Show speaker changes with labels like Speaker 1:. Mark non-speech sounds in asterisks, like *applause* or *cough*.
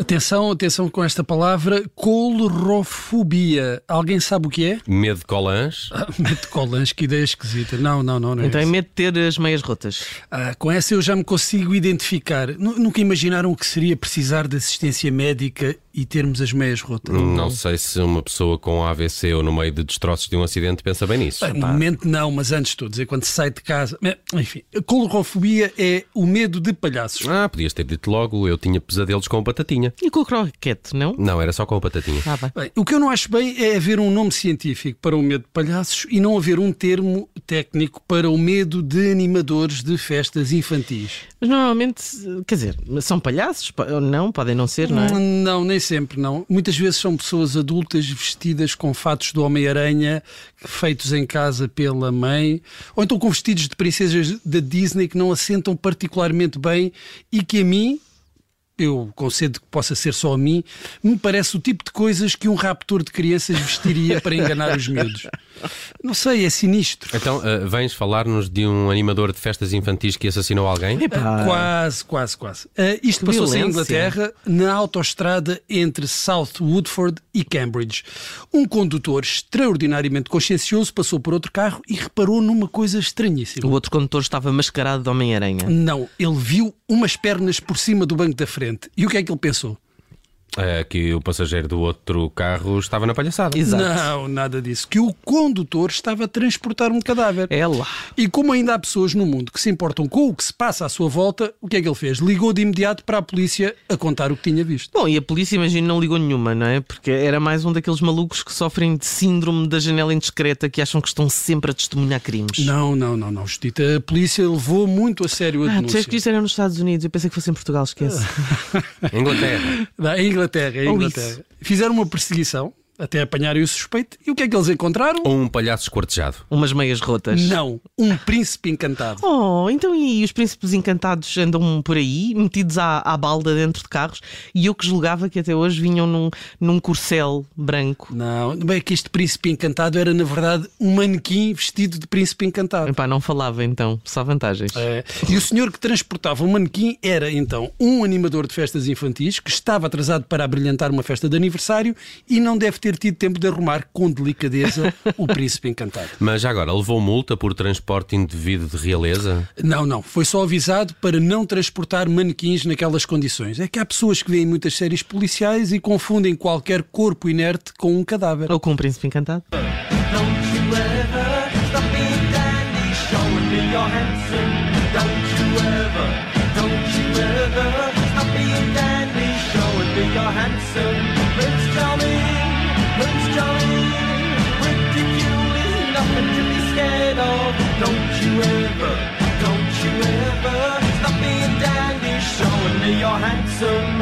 Speaker 1: Atenção, atenção com esta palavra, colorofobia. Alguém sabe o que é? *laughs*
Speaker 2: Medo de colãs.
Speaker 1: Ah, Mete colãs, que ideia esquisita. Não, não, não, não é
Speaker 3: Então é
Speaker 1: isso.
Speaker 3: medo de ter as meias rotas.
Speaker 1: Ah, com essa eu já me consigo identificar. Nu- Nunca imaginaram o que seria precisar de assistência médica e termos as meias rotas?
Speaker 3: Ah.
Speaker 2: Não sei se uma pessoa com AVC ou no meio de destroços de um acidente pensa bem nisso.
Speaker 1: Bem, no momento não, mas antes estou a dizer, quando se sai de casa. Bem, Enfim, a colorofobia é o medo de palhaços.
Speaker 2: Ah, podias ter dito logo, eu tinha pesadelos com a batatinha.
Speaker 3: E com o croquete, não?
Speaker 2: Não, era só com a batatinha.
Speaker 3: Ah, bem.
Speaker 1: Tá Bem, o que eu não acho bem é haver um nome científico para o medo de palhaços e não haver um termo técnico para o medo de animadores de festas infantis.
Speaker 3: Mas normalmente, quer dizer, são palhaços? Po- ou Não, podem não ser, não é?
Speaker 1: Hum, Não, nem sempre não. Muitas vezes são pessoas adultas vestidas com fatos do Homem-Aranha feitos em casa pela mãe, ou então com vestidos de princesas da Disney que não assentam particularmente bem e que a mim, eu concedo que possa ser só a mim, me parece o tipo de coisas que um raptor de crianças vestiria para enganar os miúdos. Não sei, é sinistro.
Speaker 2: Então, ah, vens falar-nos de um animador de festas infantis que assassinou alguém?
Speaker 3: Epá.
Speaker 1: Quase, quase, quase. Ah, isto
Speaker 3: Ah. Que
Speaker 1: passou-se em
Speaker 3: violência.
Speaker 1: Inglaterra, na autoestrada entre South Woodford e Cambridge. Um condutor extraordinariamente consciencioso passou por outro carro e reparou numa coisa
Speaker 3: O
Speaker 1: estranhíssima.
Speaker 3: outro condutor estava mascarado de Homem-Aranha.
Speaker 1: Não, ele viu umas pernas por cima do banco da frente. E o que é que ele pensou?
Speaker 2: Ah, que o passageiro do outro carro estava na palhaçada.
Speaker 3: Exato.
Speaker 1: Não, nada disso. Que o condutor estava a transportar um cadáver.
Speaker 3: É lá.
Speaker 1: E como ainda há pessoas no mundo que se importam com o que se passa à sua volta, o que é que ele fez? Ligou de imediato para a polícia a contar o que tinha visto.
Speaker 3: Bom, e a polícia, imagino, não ligou nenhuma, não é? Porque era mais um daqueles malucos que sofrem de síndrome da janela indiscreta que acham que estão sempre a testemunhar crimes.
Speaker 1: Não, não, não, não, Justita. A polícia levou muito a sério a
Speaker 3: Ah, tu
Speaker 1: denúncia. Ah.
Speaker 3: disseste que isto era nos Estados Unidos. Eu pensei que fosse em Portugal, esquece.
Speaker 2: Inglaterra.
Speaker 1: Da Inglaterra, a
Speaker 3: Ou
Speaker 1: Inglaterra.
Speaker 3: isso.
Speaker 1: Fizeram uma perseguição até apanharem o suspeito. E o que é que eles encontraram?
Speaker 2: Um palhaço esquartejado.
Speaker 3: Umas meias rotas.
Speaker 1: Não, um príncipe encantado.
Speaker 3: Oh, então e os príncipes encantados andam por aí, metidos à, à balda dentro de carros, e eu que julgava que até hoje vinham num, num corcel branco.
Speaker 1: Não, bem que este príncipe encantado era, na verdade, um manequim vestido de príncipe encantado.
Speaker 3: Epá, não falava então, só vantagens.
Speaker 1: É. E o senhor que transportava o manequim era então um animador de festas infantis que estava atrasado para abrilhantar uma festa de aniversário e não deve ter tido tempo de arrumar com
Speaker 3: *laughs*
Speaker 1: delicadeza o príncipe encantado.
Speaker 2: Mas já agora, levou multa por transporte indevido de realeza?
Speaker 1: Não, não. Foi só avisado para não transportar manequins naquelas condições. É que há pessoas que veem muitas séries policiais e confundem qualquer corpo inerte com um cadáver.
Speaker 3: Ou com o príncipe encantado.
Speaker 4: Don't you ever stop being dandy, showing me you're handsome. Don't you ever, don't you ever stop being dandy, showing me you're handsome. Prince Charming, Prince Charming, ridicule is nothing to be scared of. Don't you ever, don't you ever stop being dandy, showing me you're handsome.